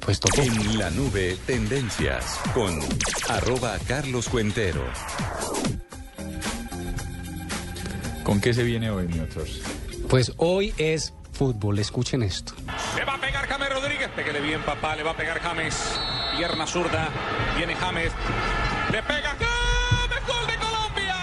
pues tocó. En la nube, tendencias con arroba Carlos Cuentero. ¿Con qué se viene hoy, mi otros? Pues hoy es fútbol, escuchen esto. Le va a pegar James Rodríguez, pégale bien papá, le va a pegar James. Pierna zurda, viene James. Le pega James, gol de Colombia.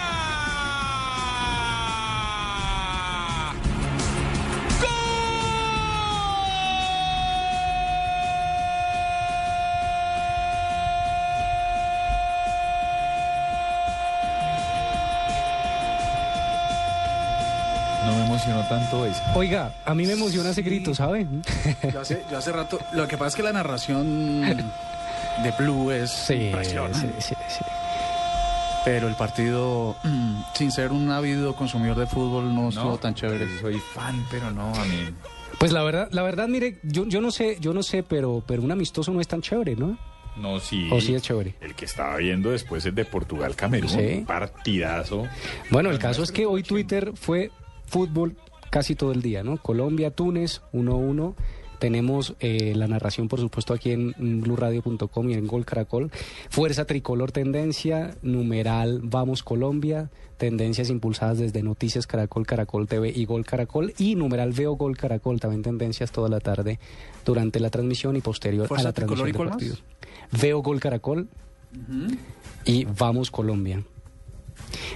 No me emocionó tanto eso. Oiga, a mí me emociona ese grito, ¿sabe? Yo hace, yo hace rato, lo que pasa es que la narración de Blue es sí, impresionante, sí, sí. pero el partido, mm, sin ser un ávido consumidor de fútbol, no, estuvo tan chévere. Soy fan, pero no, a mí. Pues la verdad, la verdad, mire, yo, yo no sé, yo no sé, pero, pero un amistoso no es tan chévere, ¿no? No, sí. O sí es chévere. El que estaba viendo después es de Portugal Camerún. Sí. un Partidazo. Bueno, el caso es que hoy Twitter fue fútbol casi todo el día, ¿no? Colombia, Túnez, 1-1. Tenemos eh, la narración, por supuesto, aquí en mm, blurradio.com y en Gol Caracol. Fuerza Tricolor Tendencia, numeral Vamos Colombia, tendencias impulsadas desde Noticias Caracol, Caracol TV y Gol Caracol. Y numeral Veo Gol Caracol, también tendencias toda la tarde durante la transmisión y posterior a Fuerza la transmisión Tricolor, ¿y del cuál más? partido. Veo Gol Caracol y Vamos Colombia.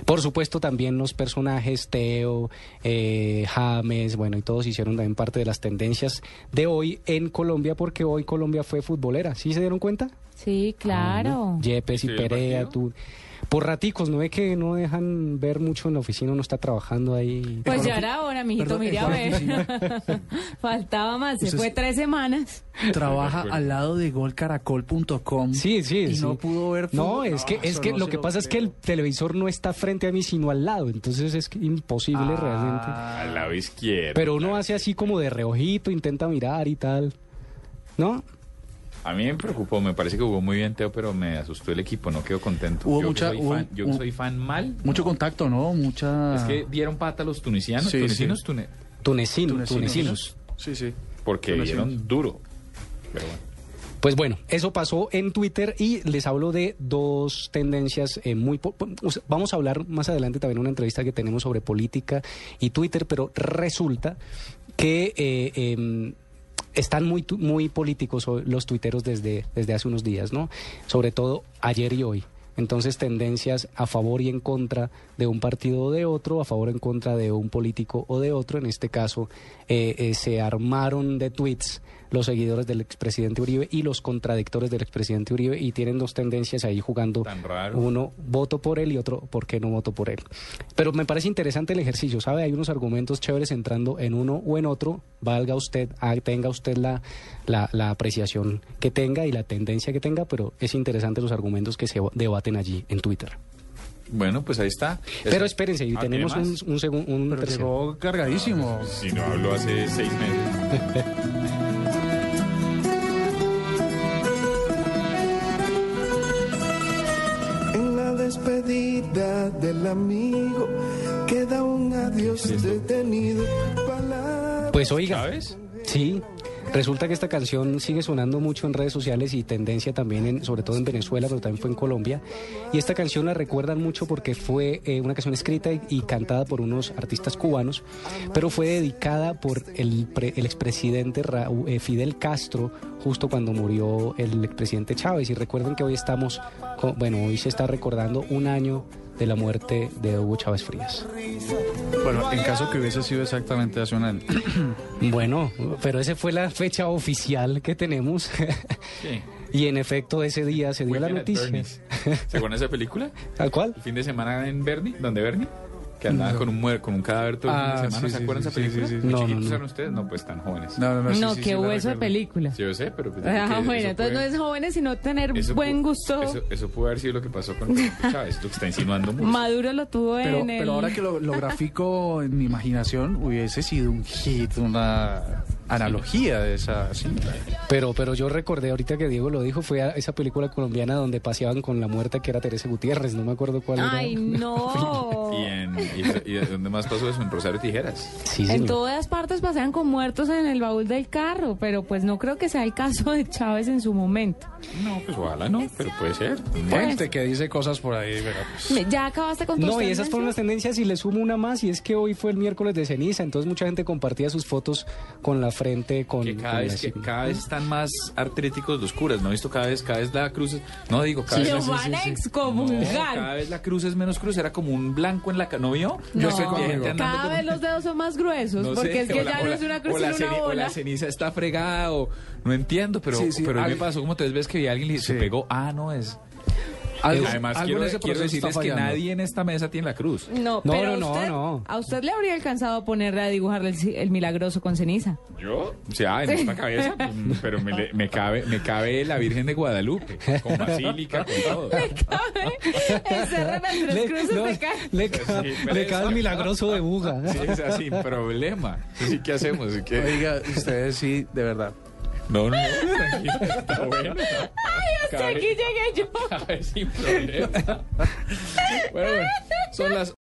Por supuesto, también los personajes, Teo, eh, James, bueno, y todos hicieron también parte de las tendencias de hoy en Colombia, porque hoy Colombia fue futbolera. ¿Sí se dieron cuenta? Sí, claro. Yepes y Sí, el Perea, partido. tú. Por raticos, no ve que no dejan ver mucho en la oficina, uno está trabajando ahí. Pues ya Economi- era hora, mijito, Perdón, mire a ver. economicina. Faltaba más, se Eso fue es- tres semanas. Trabaja al lado de golcaracol.com. Sí, sí, Y sí. no pudo ver No, fútbol. es que, No, es eso que no lo se que lo pasa es que creo. el televisor no está frente a mí, sino al lado. Entonces es que imposible Ah, realmente. Al lado izquierdo. Pero uno hace así como de reojito, intenta mirar y tal. ¿No? A mí me preocupó, me parece que jugó muy bien Teo, pero me asustó el equipo, no quedo contento. Hubo yo que mucha- soy hubo- fan, yo que hubo- soy fan mal. Mucho contacto, ¿no? Mucha... Es que dieron pata a los tunisianos, Ah. Sí, tunecinos, sí. tune- Tunecino, tunecinos. Tunecinos. Sí, sí. porque Tunecinos. dieron duro. Pero bueno. Pues bueno, eso pasó en Twitter y les hablo de dos tendencias eh, muy... po- po- o sea, Vamos a hablar más adelante también una entrevista que tenemos sobre política y Twitter, pero resulta que eh, em, están muy, tu- muy políticos hoy los tuiteros desde, desde hace unos días, ¿no? Sobre todo ayer y hoy. Entonces, tendencias a favor y en contra de un partido o de otro, a favor o en contra de un político o de otro. En este caso, eh, eh, se armaron de tweets los seguidores del expresidente Uribe y los contradictores del expresidente Uribe y tienen dos tendencias ahí jugando. Tan raro. Uno voto por él y otro por qué no voto por él. Pero me parece interesante el ejercicio, ¿sabe? Hay unos argumentos chéveres entrando en uno o en otro. Valga usted, ah, tenga usted la, la, la apreciación que tenga y la tendencia que tenga, pero es interesante los argumentos que se debaten allí en Twitter. Bueno, pues ahí está. Pero espérense, y Ah, ¿tiene tenemos un, más? un, segun- un Pero tercero. llegó cargadísimo. Si no hablo hace seis meses. En la despedida del amigo queda un adiós detenido. Palabras Pues oiga, ¿Sabes? sí. Resulta que esta canción sigue sonando mucho en redes sociales y tendencia también, en, sobre todo en Venezuela, pero también fue en Colombia. Y esta canción la recuerdan mucho porque fue eh, una canción escrita y, y cantada por unos artistas cubanos, pero fue dedicada por el, pre- el expresidente Raú- eh, Fidel Castro justo cuando murió el expresidente Chávez. Y recuerden que hoy estamos, con- bueno, hoy se está recordando un año de la muerte de Hugo Chávez Frías. Bueno, en caso que hubiese sido exactamente hace un año. Bueno, pero esa fue la fecha oficial que tenemos. Sí. Y en efecto, ese día se dio la Women at noticia. Bernie's. ¿Se acuerdan de esa película? ¿Tal cual? El fin de semana en Bernie, donde Bernie, que andaba con un muer- con un cadáver todo el fin Ah, de semana. sí, ¿Se sí, acuerdan de sí, esa película? sí, sí, ¿Muy sí. No, no, chiquitos no. eran ustedes? No, pues tan jóvenes. No, Ah, no, no. sí, No, sí, sí, qué la hueso de recuerdo. película. Sí, yo sé, pero. pues, Ah, que eso bueno, entonces no puede- es jóvenes, sino tener eso buen pu- gusto. Eso, eso pudo haber sido lo que pasó con Chávez, lo que está insinuando mucho. Maduro lo tuvo Pero, en el... pero ahora que lo, lo grafico en mi imaginación, hubiese sido un hit, una analogía de esa cinta. Pero, pero yo recordé ahorita que Diego lo dijo, fue a esa película colombiana donde paseaban con la muerta que era Teresa Gutiérrez, no me acuerdo cuál Ay, era. no. Y, en, y, y dónde más pasó eso, en Rosario Tijeras. Sí, En señor. todas partes pasean con muertos en el baúl del carro, pero pues no creo que sea el caso de Chávez en su momento. No, pues ojalá no, pero puede ser. Gente que dice cosas por ahí, pero pues, Ya acabaste con tus No, y esas tendencias? fueron las tendencias y le sumo una más y es que hoy fue el miércoles de ceniza, entonces mucha gente compartía sus fotos con la frente, con... Que cada con vez, las- que cada vez están más artríticos los curas, ¿no he visto? Cada vez, cada vez la cruz... es- No, digo, cada Lo vez... van a No, excomulgar. cada vez la cruz es menos cruz, era como un blanco en la... ca- ¿No vio? No, sé, gente andando cada con- vez los dedos son más gruesos, No porque sé, es que o la- ya o no la- es una cruz o la sino ceni- una O bola. la ceniza está fregada, o no entiendo, pero, Sí, sí, pero a mí me al- pasó como tres veces que vi a alguien y se Sí. pegó, ah, no es. Algo- Además, algo quiero, en ese quiero proceso está decirles que fallando. nadie en esta mesa tiene la cruz. No, No, pero no, no, usted, no. a usted le habría alcanzado a ponerle a dibujarle el, ci- el milagroso con ceniza. ¿Yo? O sea, en esta cabeza, pues, mm, pero me, le- me cabe, me cabe la Virgen de Guadalupe, con basílica, con todo. Encerran las tres cruces no, de cara. le ca- Sí, le cae el milagroso de buga. Sí, o sea, sin problema. Sí, ¿qué hacemos? ¿Sí, qué? oiga, ustedes sí, de verdad. No, no, tranquilo, está bueno. Hasta Cabe- aquí llegué yo. cabe sin problema. Bueno, bueno, son las